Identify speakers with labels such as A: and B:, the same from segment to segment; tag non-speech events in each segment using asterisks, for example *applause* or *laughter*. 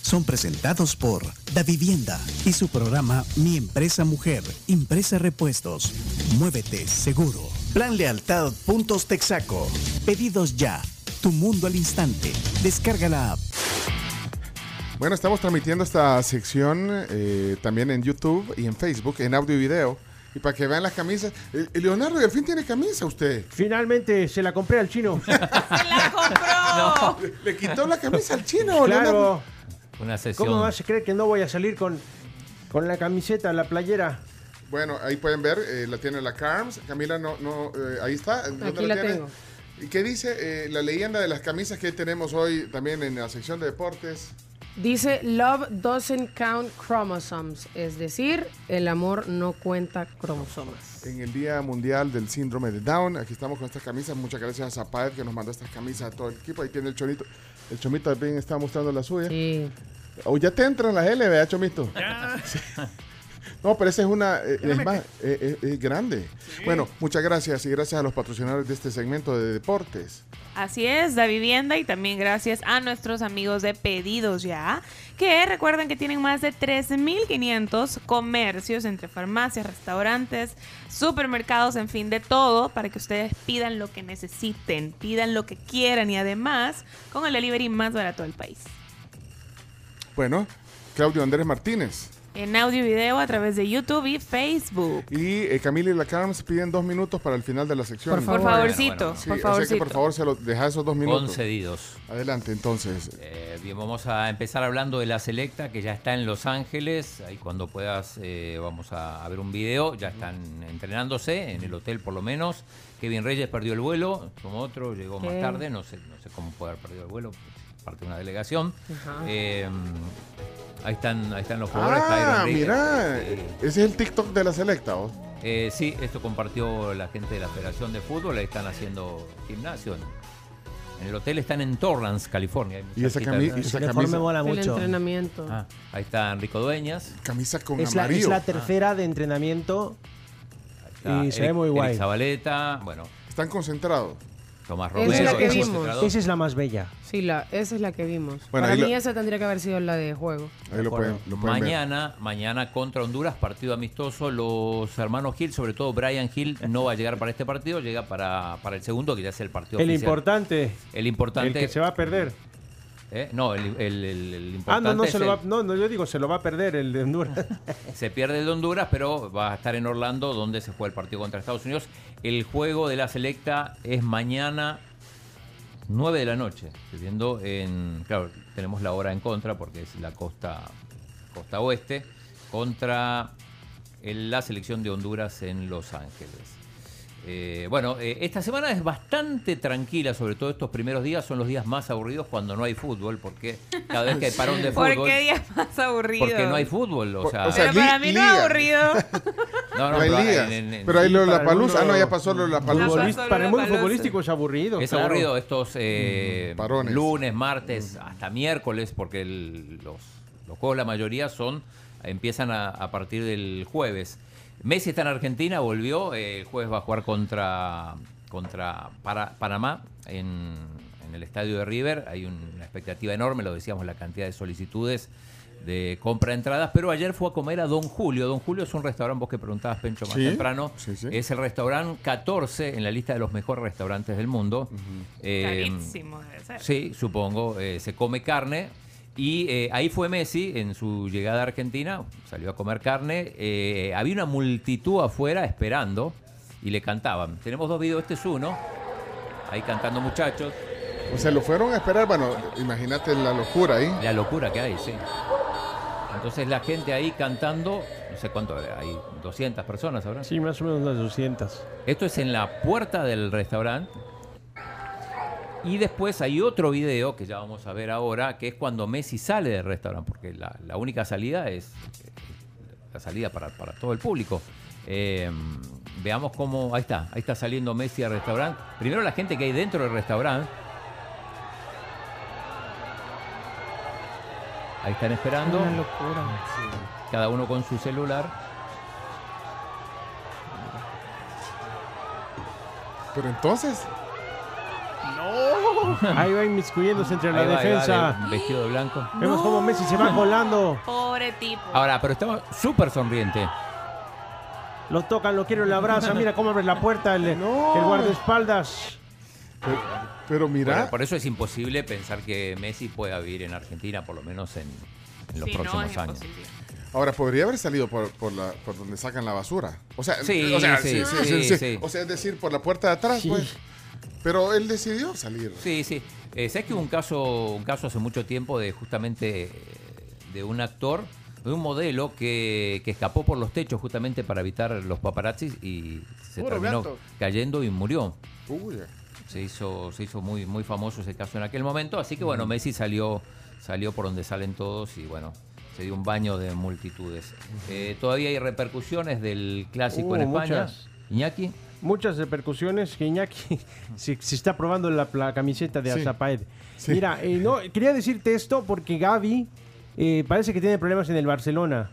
A: son presentados por Da Vivienda y su programa Mi Empresa Mujer, Impresa Repuestos. Muévete seguro. Plan Lealtad Puntos Texaco. Pedidos ya. Tu mundo al instante. Descarga
B: *laughs*
A: la app.
C: Bueno, estamos transmitiendo esta sección eh, también en YouTube y en Facebook, en audio y video. Y para que vean las camisas. Eh, Leonardo, y al fin tiene camisa usted.
D: Finalmente se la compré al chino.
E: ¡La compró!
C: Le quitó la camisa al chino, Leonardo.
D: claro.
F: Una sesión.
D: ¿Cómo vas a creer que no voy a salir con, con la camiseta, la playera?
C: Bueno, ahí pueden ver, eh, la tiene la Carms. Camila, no, no, eh, ahí está. ¿Dónde
E: Aquí la
C: tiene?
E: tengo.
C: ¿Y qué dice eh, la leyenda de las camisas que tenemos hoy también en la sección de deportes?
E: Dice, love doesn't count chromosomes. Es decir, el amor no cuenta cromosomas.
C: En el Día Mundial del Síndrome de Down, aquí estamos con estas camisas. Muchas gracias a Zapaev que nos mandó estas camisas a todo el equipo. Ahí tiene el chomito. El chomito también está mostrando la suya.
E: Sí.
C: O ya te entran las L, ¿verdad, Chomito? *laughs* Sí. No, pero esa es una, eh, es más, eh, eh, es grande. Bueno, muchas gracias y gracias a los patrocinadores de este segmento de deportes.
G: Así es, Da Vivienda y también gracias a nuestros amigos de Pedidos Ya, que recuerden que tienen más de 3.500 comercios entre farmacias, restaurantes, supermercados, en fin, de todo, para que ustedes pidan lo que necesiten, pidan lo que quieran y además con el delivery más barato del país.
C: Bueno, Claudio Andrés Martínez
G: En audio y video a través de YouTube y Facebook.
C: y eh, Camila y la Carms piden dos minutos para el final de la sección.
G: Por
E: Bueno,
G: favorcito,
F: bueno.
C: Sí,
G: por
C: así que
G: favorcito.
C: por favor se los deja esos dos minutos.
F: Concedidos.
C: Adelante, entonces.
F: Eh, bien, vamos a empezar hablando de la selecta que ya está en Los Ángeles. Ahí cuando puedas eh, vamos a, a ver un video. Ya están entrenándose, en el hotel por lo menos. Kevin Reyes perdió el vuelo, como otro, llegó más
E: Sí.
F: tarde. No sé, no sé cómo puede haber perdido el vuelo, pues, parte de una delegación. Eh, ahí, están, ahí están los jugadores.
C: Ah,
F: Tyron Reed,
C: mira,
F: eh,
C: ese es el TikTok de la selecta. ¿vos?
F: eh, sí, esto compartió la gente de la Federación de Fútbol, ahí están haciendo gimnasio. En, en el hotel están en Torrance, California. ahí
C: Y esa
F: cerquita
C: camisa,
F: de-
C: esa
D: Mejor me
C: camisa,
D: mola
E: El
D: mucho.
E: entrenamiento.
F: Ah, ahí está Enrico Dueñas.
C: camisa con
D: Es la, es
C: amarillo.
D: la tercera de entrenamiento.
F: ahí está
D: Y se ve muy guay.
F: Eric Zabaleta, bueno,
C: Están concentrados.
F: Tomás
E: Esa
F: Romero.
E: es la que
F: el
E: vimos.
F: concentrador.
D: Esa es la más bella.
E: Sí, la, esa es la que vimos.
C: Bueno,
E: Para
C: ahí
E: mí
C: lo-
E: esa tendría que haber sido la de juego.
C: Ahí lo pueden, lo pueden ver.
F: Mañana, mañana contra Honduras, partido amistoso. Los hermanos Gil, sobre todo Brian Gil, no va a llegar para este partido, llega para, para el segundo, que ya es el partido
D: El
F: oficial.
D: importante.
F: El importante.
D: El que se va a perder.
F: eh, no, el, el- el- el
D: Ah,
F: importante.
D: no, no,
F: es
D: se lo
F: el-
D: va, no, no, yo digo, se lo va a perder el de
F: *laughs*
D: Honduras.
F: Se pierde el de Honduras, pero va a estar en Orlando, donde se juega el partido contra Estados Unidos. El juego de la selecta es mañana 9 de la noche. Estoy viendo en. Claro, tenemos la hora en contra porque es la costa, costa oeste. Contra el- la selección de Honduras en Los Ángeles. Eh, bueno, eh, esta semana es bastante tranquila, sobre todo estos primeros días son los días más aburridos cuando no hay fútbol, porque cada vez que hay parón de
G: *laughs* ¿Por
F: fútbol,
G: qué días más aburridos?
F: porque no hay fútbol, o
C: Por-
F: sea,
C: o sea,
G: Pero para mí no es
C: Liga.
G: aburrido.
F: no, no,
C: No hay
F: pero
C: ligas.
F: en- en- en-
C: pero ahí
D: sí,
C: lo
D: para
C: la palusa. Ah,
D: algunos-
C: no, ya pasó lo de la palusa.
G: Futbolista.
D: Futbolista- para el mundo
G: Lollapalooza.
D: futbolístico es aburrido.
F: Es
D: claro.
F: aburrido estos eh,
C: mm, parones.
F: lunes, martes, hasta miércoles, porque el- los, los juegos la mayoría son empiezan a, a partir del jueves. Messi está en Argentina, volvió, eh, el jueves va a jugar contra, contra Para- Panamá en, en el estadio de River. Hay un- una expectativa enorme, lo decíamos, la cantidad de solicitudes de compra de entradas, pero ayer fue a comer a Don Julio. Don Julio es un restaurante, vos que preguntabas, Pencho, más
C: Sí,
F: temprano,
C: sí, sí.
F: es el restaurante 14 en la lista de los mejores restaurantes del mundo. *laughs* Eh,
G: Carísimo debe ser.
F: sí, supongo. eh, se come carne. Y eh, ahí fue Messi en su llegada a Argentina. Salió a comer carne. eh, había una multitud afuera esperando y le cantaban. Tenemos dos videos. Este es uno. Ahí cantando muchachos.
C: O sea, lo fueron a esperar. Bueno, imagínate la locura ahí.
F: La locura que hay, sí. Entonces la gente ahí cantando, no sé cuánto, habrá, hay 200 personas ahora.
D: Sí, más o menos unas 200.
F: Esto es en la puerta del restaurante. Y después hay otro video que ya vamos a ver ahora, que es cuando Messi sale del restaurante, porque la, la única salida es eh, la salida para, para todo el público. Eh, veamos cómo. Ahí está, ahí está saliendo Messi al restaurante. Primero la gente que hay dentro del restaurante. Ahí están esperando.
E: Una locura.
F: Cada uno con su celular.
C: Pero entonces,
D: Ahí va inmiscuyéndose entre la
F: Ahí va, ahí va,
D: defensa.
F: de- vestido de blanco.
D: Vemos cómo Messi se va colando.
G: Pobre tipo.
F: Ahora, pero estaba súper sonriente.
D: Lo tocan, lo quieren, lo abrazan. Mira cómo abre la puerta el,
C: No.
D: el guardaespaldas.
C: pero, pero mira,
F: Bueno, por eso es imposible pensar que Messi pueda vivir en Argentina, por lo menos en, en los
G: Sí, no,
F: próximos
G: es
F: años.
G: imposible.
C: ahora podría haber salido por, por, la, por donde sacan la basura. O sea,
F: Sí,
C: o sea,
F: sí, sí, sí.
C: O sea, es decir, por la puerta de atrás,
D: Sí.
C: pues. Pero él decidió salir.
F: Sí, sí. Eh, ¿Sabes que hubo un caso, un caso hace mucho tiempo de justamente eh, de un actor, de un modelo que, que escapó por los techos justamente para evitar los paparazzis y se
B: Puro
F: terminó
B: gato.
F: cayendo y murió?
C: Uy,
F: Se hizo, se hizo muy, muy famoso ese caso en aquel momento, así que
D: Mm.
F: bueno, Messi salió, salió por donde salen todos y bueno, se dio un baño de multitudes. Eh, todavía hay repercusiones del clásico
D: Hubo
F: en España.
D: Uh, muchas.
F: Iñaki.
D: Muchas repercusiones que Iñaki *laughs* se, se está probando la, la camiseta de
C: Sí.
D: Azapaed.
C: Sí.
D: Mira, eh, no, quería decirte esto porque Gaby eh, parece que tiene problemas en el Barcelona.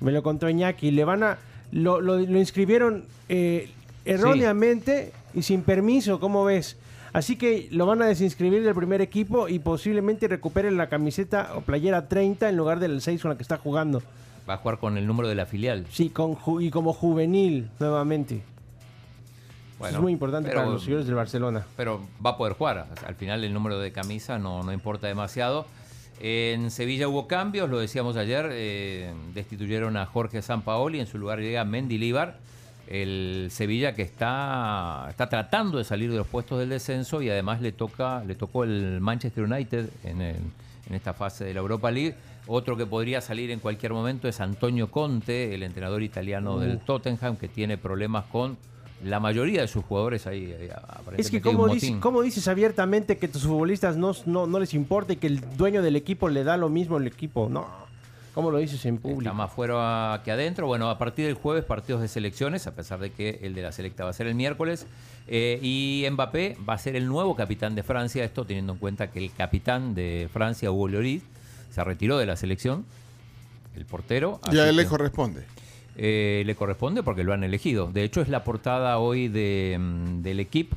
D: Me lo contó Iñaki. Le van a, lo, lo- lo inscribieron eh, erróneamente y sin permiso, ¿cómo ves? Así que lo van a desinscribir del primer equipo y posiblemente recuperen la camiseta o playera 30 en lugar del 6 con la que está jugando.
F: Va a jugar con el número de la filial.
D: Sí, con ju- y como juvenil nuevamente. Eso es muy importante
F: pero-
D: para los seguidores del Barcelona.
F: pero va a poder jugar. Al final el número de camisa no, no importa demasiado. En Sevilla hubo cambios, lo decíamos ayer, eh, destituyeron a Jorge Sampaoli, en su lugar llega Mendilibar, el Sevilla que está, está tratando de salir de los puestos del descenso y además le, toca, le tocó el Manchester United en, el- en esta fase de la Europa League. Otro que podría salir en cualquier momento es Antonio Conte, el entrenador italiano del Tottenham, que tiene problemas con la mayoría de sus jugadores ahí. eh, aparentemente
D: Es que
F: hay
D: como
F: un
D: dices,
F: motín.
D: como dices abiertamente que tus futbolistas no, no, no les importa y que el dueño del equipo le da lo mismo al equipo, no. ¿Cómo lo dices en
F: Está
D: público?
F: más fuera que adentro. Bueno, a partir del jueves partidos de selecciones, a pesar de que el de la selecta va a ser el miércoles. Eh, y Mbappé va a ser el nuevo capitán de Francia, esto teniendo en cuenta que el capitán de Francia, Hugo Lloris, se retiró de la selección, el portero.
C: ya
F: así
C: él le
F: que-
C: corresponde.
F: eh, le corresponde porque lo han elegido. De hecho, es la portada hoy de, mm, del equipo.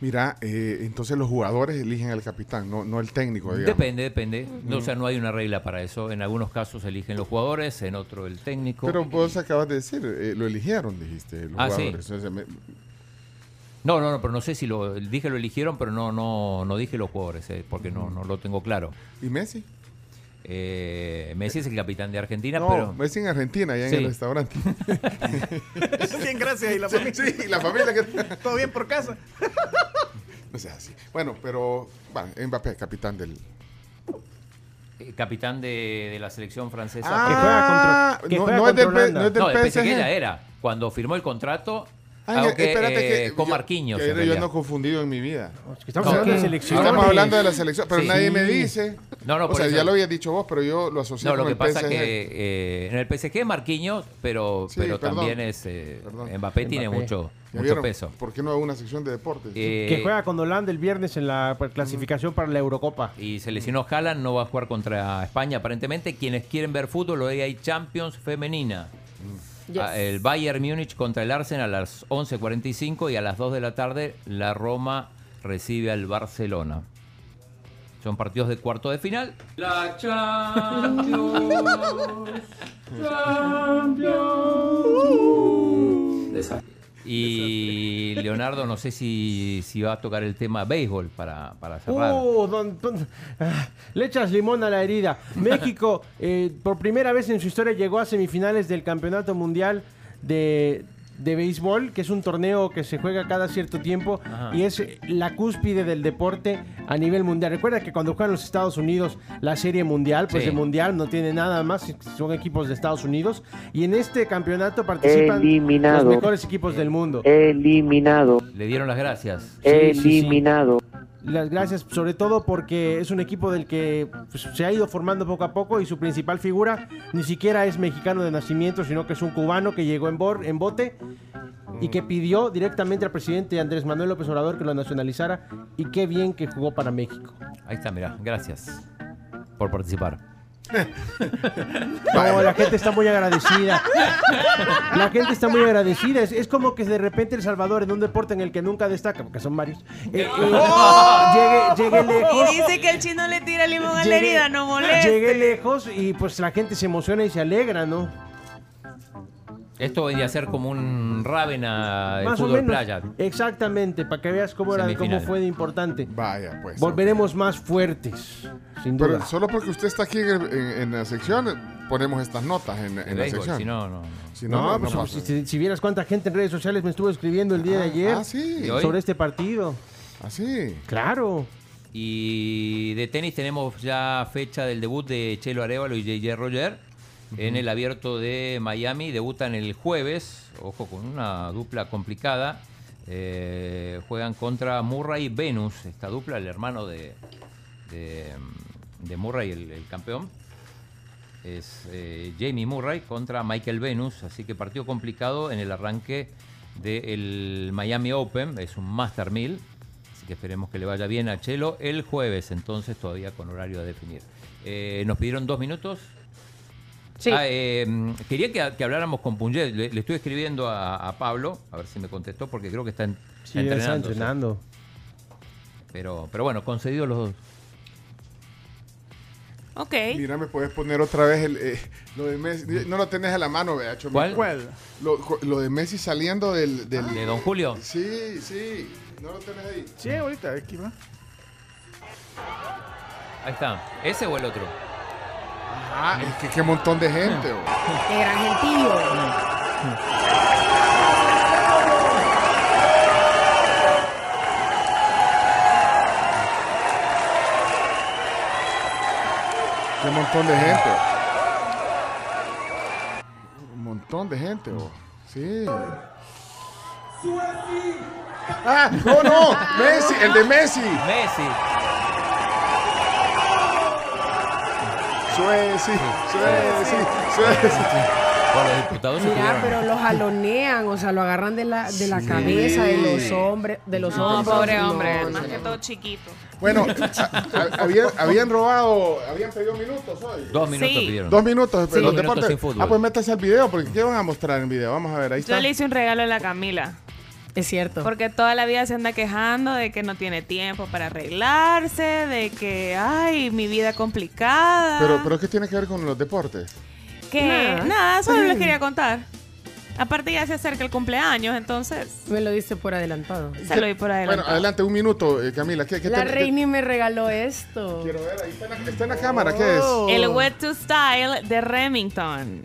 C: Mira, eh, entonces los jugadores eligen al capitán, no, no el técnico, Pues, digamos.
F: Depende, depende. No, o sea, no hay una regla para eso. En algunos casos eligen los jugadores, en otro el técnico.
C: Pero pues, vos acabas de decir, eh, lo eligieron, dijiste, los
F: Ah, sí.
C: jugadores. O sea, me-
F: No, no, no, pero no sé si lo dije lo eligieron, pero no, no, no dije los jugadores, eh, porque no, no lo tengo claro.
C: ¿Y Messi?
F: Eh, Messi es el capitán de Argentina,
C: no,
F: pero
C: Messi en Argentina, allá
F: Sí.
C: en el
F: *laughs*
C: restaurante.
B: Bien, gracias. Y la familia.
C: sí, y la familia que...
B: Todo bien por casa.
C: O sea, sí. Bueno, pero va, Mbappé, capitán del...
F: eh, capitán de, de la selección francesa.
D: que juega contra- que
C: no,
D: juega
C: no es del,
D: contra
C: P-
D: Holanda.
C: no es Ah, del
F: no, pensé
C: PSG.
F: que ella era. Cuando firmó el contrato,
C: Ah,
F: aunque,
C: espérate
F: eh,
C: que
F: con
C: yo-
F: Marquinhos.
C: que
F: en
C: yo
F: realidad.
C: ando confundido en mi vida.
D: Es que estamos
F: No,
D: hablando de
F: no,
D: selección.
C: Estamos
F: Ahora-
C: hablando de la selección, pero
F: Sí.
C: nadie me dice.
F: No, no,
C: o
F: por
C: sea,
F: eso-
C: ya lo habías dicho vos, pero yo lo asocié
F: No,
C: con
F: lo que
C: el
F: pasa
C: PSG.
F: que eh, en el PSG Marquinhos, pero,
C: Sí,
F: pero
C: perdón.
F: también es eh,
C: Perdón.
F: Mbappé tiene
D: Mbappé.
F: mucho,
C: ¿Ya
F: mucho
C: vieron?
F: peso.
C: ¿Por qué no hago una sección de deportes?
F: Eh,
D: Que juega con Holanda el viernes en la clasificación para la Eurocopa.
F: Y se lesionó Haaland, no va a jugar contra España aparentemente. Quienes quieren ver fútbol, hoy hay Champions femenina.
E: Yes.
F: Ah, El Bayern Múnich contra el Arsenal a las 11.45 y a las 2 de la tarde la Roma recibe al Barcelona. Son partidos de cuarto de final. La Champions. Y Leonardo, no sé si, si va a tocar el tema béisbol para, para cerrar.
D: Uh, don- don- ah, le echas limón a la herida.
F: *laughs*
D: México, eh, por primera vez en su historia, llegó a semifinales del Campeonato Mundial de, de Béisbol, que es un torneo que se juega cada cierto tiempo y es la cúspide del deporte a nivel mundial. Recuerda que cuando juegan los Estados Unidos la Serie Mundial, pues
F: Sí.
D: el Mundial no tiene nada más, son equipos de Estados Unidos y en este campeonato participan
H: Eliminado.
D: los mejores equipos del mundo.
H: Eliminado.
D: Eh.
F: Le dieron las gracias.
D: Sí, sí, sí.
H: Eliminado.
D: las gracias, sobre todo porque es un equipo del que pues, se ha ido formando poco a poco y su principal figura ni siquiera es mexicano de nacimiento, sino que es un cubano que llegó en, bor- en bote y que pidió directamente al presidente Andrés Manuel López Obrador que lo nacionalizara y qué bien que jugó para México.
F: Ahí está, mirá. Gracias por participar.
D: No, la gente está muy agradecida. La gente está muy agradecida. Es, es como que de repente El Salvador, en un deporte en el que nunca destaca, porque son varios, eh, eh, llegue, llegue lejos.
G: Y dice que el chino le tira limón a la
D: Llegué-
G: herida, no moleste.
D: Llegué lejos y pues la gente se emociona y se alegra, ¿no?
F: Esto vendría a ser como un Rávena de
D: Más o
F: fútbol
D: menos.
F: playa.
D: Exactamente, para que veas cómo, era, cómo
F: Semifinal.
D: fue de importante.
C: Vaya, pues.
D: Volveremos más fuertes, sin duda.
C: Pero solo porque usted está aquí en, en- en la sección, ponemos estas notas en, en
F: De
C: la
F: béisbol,
C: sección.
F: si no, no.
C: Si
D: no,
C: no, no, no
D: pues,
C: pasa.
D: si, si- si vieras cuánta gente en redes sociales me estuvo escribiendo el día de ayer
C: Ah, sí. ah,
F: ¿Y hoy?
D: sobre este partido.
C: Así.
D: Claro.
F: Y de tenis tenemos ya fecha del debut de Chelo Arevalo y JJ Roger en el abierto de Miami. Debutan el jueves, ojo, con una dupla complicada. Eh, juegan contra Murray y Venus, esta dupla, el hermano de, de, de Murray, el, el campeón. Es eh, Jamie Murray contra Michael Venus, así que partido complicado en el arranque del Miami Open, es un Master 1000, así que esperemos que le vaya bien a Chelo el jueves, entonces todavía con horario a definir. Eh, Nos pidieron dos minutos.
E: Sí.
F: Ah, eh, quería que, que habláramos con Punget, le, le estoy escribiendo a, a Pablo, a ver si me contestó, porque creo que está, en-
D: Sí, ya
F: está
D: está
F: entrenándose.
D: entrenando.
F: Pero, pero bueno, concedidos los dos.
G: Ok.
C: Mira, me puedes poner otra vez el, eh, lo de Messi. No lo tenés a la mano, vea, Chomito.
F: ¿Cuál? Ah.
B: ¿Cuál?
C: Lo, lo de Messi saliendo del. del-
F: De Don Julio.
C: Sí, sí. No lo tenés ahí.
B: Sí, ahorita, aquí va.
F: Ahí está. ¿Ese o el otro?
C: Ah, es que qué montón de gente.
F: Ah.
C: oh.
E: Qué gran gentío.
C: Qué montón de gente. Un montón de gente, vos. Sí. ¡Ah! ¡No, no! ¡Messi! ¡El de Messi!
F: Messi.
C: ¡Sueci! ¡Sueci! ¡Sueci!
F: Bueno, los diputados
E: Mira,
F: estuvieron-
E: pero lo jalonean, o sea, lo agarran de la, de la cabeza de los hombres, de los
G: No,
E: hombres.
G: pobre
E: No,
G: hombre,
E: no,
G: más
E: no.
G: que todo chiquito.
C: Bueno, a- a- habían, habían robado, habían pedido minutos hoy.
F: Dos minutos
G: Sí.
F: pidieron.
C: Dos minutos, pero los
F: Dos minutos
C: deportes.
F: sin fútbol.
C: Ah, pues métase al video, porque ¿qué van a mostrar en video? Vamos a ver, ahí
G: Yo
C: está.
G: le hice un regalo a la Camila.
E: Es cierto.
G: Porque toda la vida se anda quejando de que no tiene tiempo para arreglarse, de que, ay, mi vida complicada.
C: Pero, pero ¿qué tiene que ver con los deportes?
G: que
E: Nada.
G: nada, solo les quería contar. Aparte ya se acerca el cumpleaños, entonces
E: Me lo diste por adelantado.
G: se lo di por adelante.
C: Bueno, adelante, un minuto, eh, Camila. ¿Qué, qué
E: La
C: te- qué-
E: reina me regaló esto.
C: Quiero ver, ahí está en la, está en la cámara, ¿qué es?
G: El Wet to Style de Remington.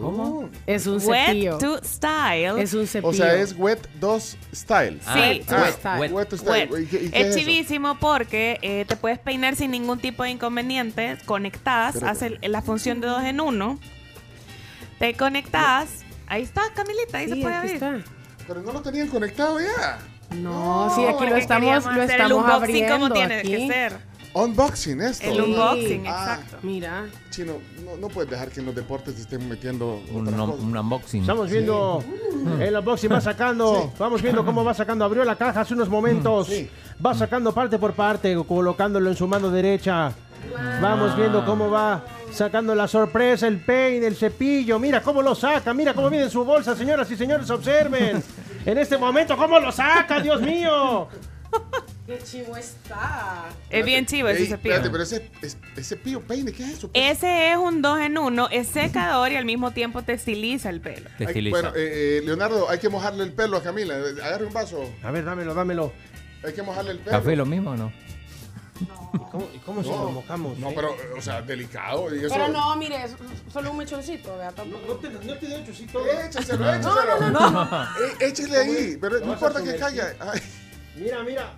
C: ¿Cómo?
E: Es un
G: Wet
E: cepillo.
G: to Style.
E: Es un cepillo.
C: O sea, es Wet 2 Style.
F: Ah,
G: Sí.
F: wet,
C: Ah,
E: Style.
F: wet.
C: Wet 2 Style.
G: Wet.
C: ¿Y qué- y qué
G: es,
C: eso?
G: chivísimo porque eh, te puedes peinar sin ningún tipo de inconveniente. Conectás,
C: Espérate.
G: hace el- la función de dos en uno. Te conectás. Ahí está, Camilita, ahí
E: Sí,
G: se puede
E: aquí
G: abrir.
E: está.
C: Pero no lo tenían conectado ya.
E: No, sí, aquí
G: Porque
E: lo estamos,
G: queríamos
E: lo
G: hacer el
E: estamos
G: unboxing
E: abriendo.
G: como tiene
E: aquí.
G: que ser.
C: Unboxing esto.
G: El
E: Sí.
G: unboxing,
C: Ah.
G: exacto.
E: Mira,
C: Chino, no, no puedes dejar que en los deportes te estén metiendo
F: Un,
C: otras
F: un-
C: cosas.
F: un unboxing.
D: Estamos viendo
C: Mm.
D: el unboxing, va sacando, vamos viendo cómo va sacando, abrió la caja hace unos
C: Mm,
D: momentos, va sacando parte por parte, colocándolo en su mano derecha, vamos viendo cómo va sacando la sorpresa, el peine, el cepillo, mira cómo lo saca, mira cómo viene en su bolsa, señoras y señores, observen, en este momento cómo lo saca, Dios mío.
E: qué chivo está.
G: Es bien chivo ese
C: Ey,
G: cepillo. Eh,
C: Espérate, pero ese, es- ese pío peine, ¿qué es eso?
G: Ese es un dos en uno, es secador y al mismo tiempo te estiliza el pelo.
F: Te
C: Hay-
F: estiliza.
C: bueno, eh, eh, Leonardo, hay que mojarle el pelo a Camila. Agarre un vaso.
D: A ver, dámelo, dámelo.
C: Hay que mojarle el pelo.
F: ¿Café lo mismo o no?
D: ¿Y cómo, y cómo se lo mojamos?
C: No,
D: eh?
C: pero, eh, o sea, delicado. Y eso,
E: Pero no, mire, es solo un mechoncito, vea, tampoco.
D: No te, no te doy chucito.
C: Échaselo, échaselo. No, no, no. échale ahí. Pero no
D: vas a
C: importa que
D: sumergir.
C: caiga. Ay,
D: Mira, mira.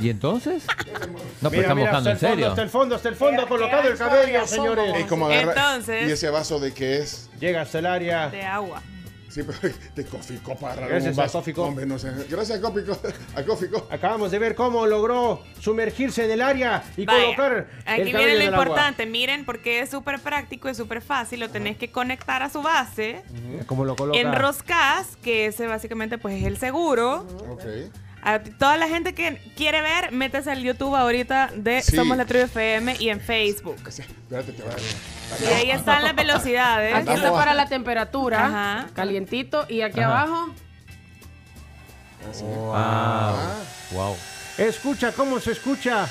F: ¿Y entonces? No, pero
D: Mira,
F: está
D: mira,
F: mojando
D: hasta
F: en
D: el fondo,
F: serio.
D: hasta el fondo, hasta el fondo, colocado el cabello, señores.
C: ey, como agarra-
G: Entonces-
C: ¿Y ese vaso de qué es?
D: Llega hasta el área.
G: De agua.
C: Sí, Sí, pero *laughs* de Coffee Cup agarraron
D: Gracias
C: un
D: a
C: vaso.
D: Coffee Cup.
C: Hombre, no sé. Gracias a Coffee Cup. A Coffee Cup.
D: Acabamos de ver cómo logró sumergirse en el área y
G: Vaya,
D: colocar. el
G: aquí
D: cabello
G: viene lo
D: en el agua.
G: importante, miren, porque es súper práctico, es súper fácil, lo tenés que conectar a su base,
D: Como lo coloca.
G: enroscás, que ese básicamente pues es el seguro.
C: Ok.
G: A toda la gente que quiere ver, métese al YouTube ahorita de
C: Sí.
G: Somos la Tribu FM y en Facebook.
C: O sea, espérate, te va a
G: Y ahí están las velocidades.
E: Aquí está
C: Vamos a-
E: para la temperatura,
G: Ajá.
E: calientito. Y aquí
F: Ajá.
E: abajo,
F: Ah, wow.
D: Escucha cómo se escucha.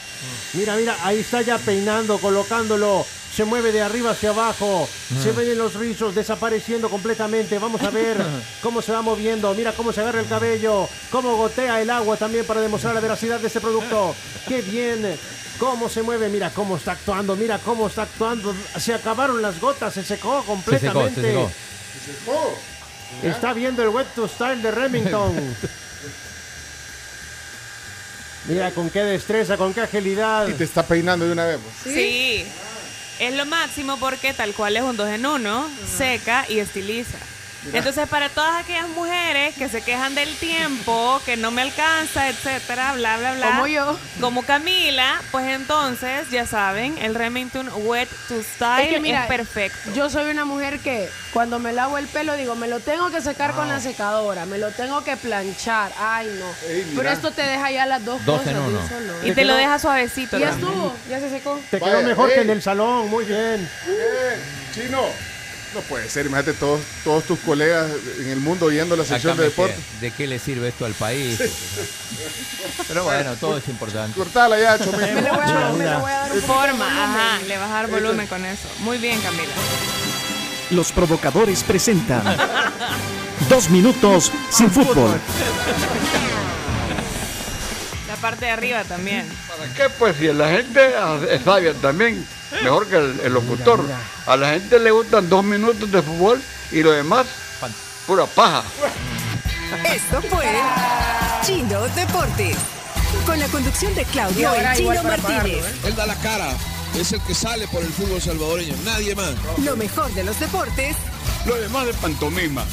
D: Mira, mira, ahí está ya peinando, colocándolo. Se mueve de arriba hacia abajo. Se ven los rizos desapareciendo completamente. Vamos a ver cómo se va moviendo. Mira cómo se agarra el cabello. Cómo gotea el agua también para demostrar la veracidad de este producto. Qué bien. Cómo se mueve. Mira cómo está actuando. Mira cómo está actuando. Se acabaron las gotas. Se secó
F: Se secó,
D: completamente.
F: se secó.
D: Está viendo el web to style de Remington. Mira con qué destreza, con qué agilidad.
C: Y te está peinando de una vez. pues.
G: ¿Sí? Es lo máximo porque tal cual es un dos en uno, seca y estiliza. Entonces, para todas aquellas mujeres que se quejan del tiempo, que no me alcanza, etcétera, bla, bla, bla.
E: Como yo.
G: Como Camila, pues entonces, ya saben, el Remington Wet to Style es,
E: que mira,
G: perfecto.
E: yo soy una mujer que cuando me lavo el pelo digo, me lo tengo que secar con
C: Ah.
E: la secadora, me lo tengo que planchar. Ay, no.
C: Ey, mira.
E: Pero esto te deja ya las dos,
F: Dos
E: cosas de
F: en
E: un
F: uno.
E: solo.
G: y te lo deja suavecito.
E: Y ya
G: también.
E: estuvo, ya se secó.
D: Te quedó
C: Vaya, eh.
D: mejor que
C: ey.
D: en el salón, muy bien.
C: Bien, chino. No puede ser, imagínate todos, todos tus colegas en el mundo oyendo la sección de
F: Exactamente.
C: deporte.
F: ¿De qué le sirve esto al país? Pero bueno, todo es importante.
C: Cortala ya, Chomito.
E: Me lo voy
D: *laughs*
E: a,
D: Mira,
E: me
D: mira.
E: lo voy a dar un poco de
G: Forma,
E: volumen.
G: ajá, le vas a dar volumen con eso. Muy bien, Camila.
A: Los provocadores presentan Dos minutos sin fútbol.
G: La parte de arriba también.
H: ¿Para qué? Pues si la gente es sabia también, mejor que el, el locutor. A la gente le gustan dos minutos de fútbol y lo demás, pura paja.
I: Esto fue Chino Deportes. Con la conducción de
E: Y
I: Claudio
E: ahora
I: El
E: igual
I: Chino
E: para pagarlo,
I: Martínez.
E: ¿eh?
J: Él da la cara. Es el que sale por el fútbol salvadoreño. Nadie más.
E: ¿eh?
I: Lo mejor de los deportes
J: Lo demás de pantomima.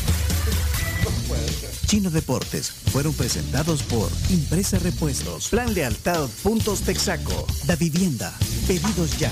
A: Chino Deportes fueron presentados por Impresa Repuestos, Plan Lealtad, Puntos Texaco, Da Vivienda, Pedidos Ya,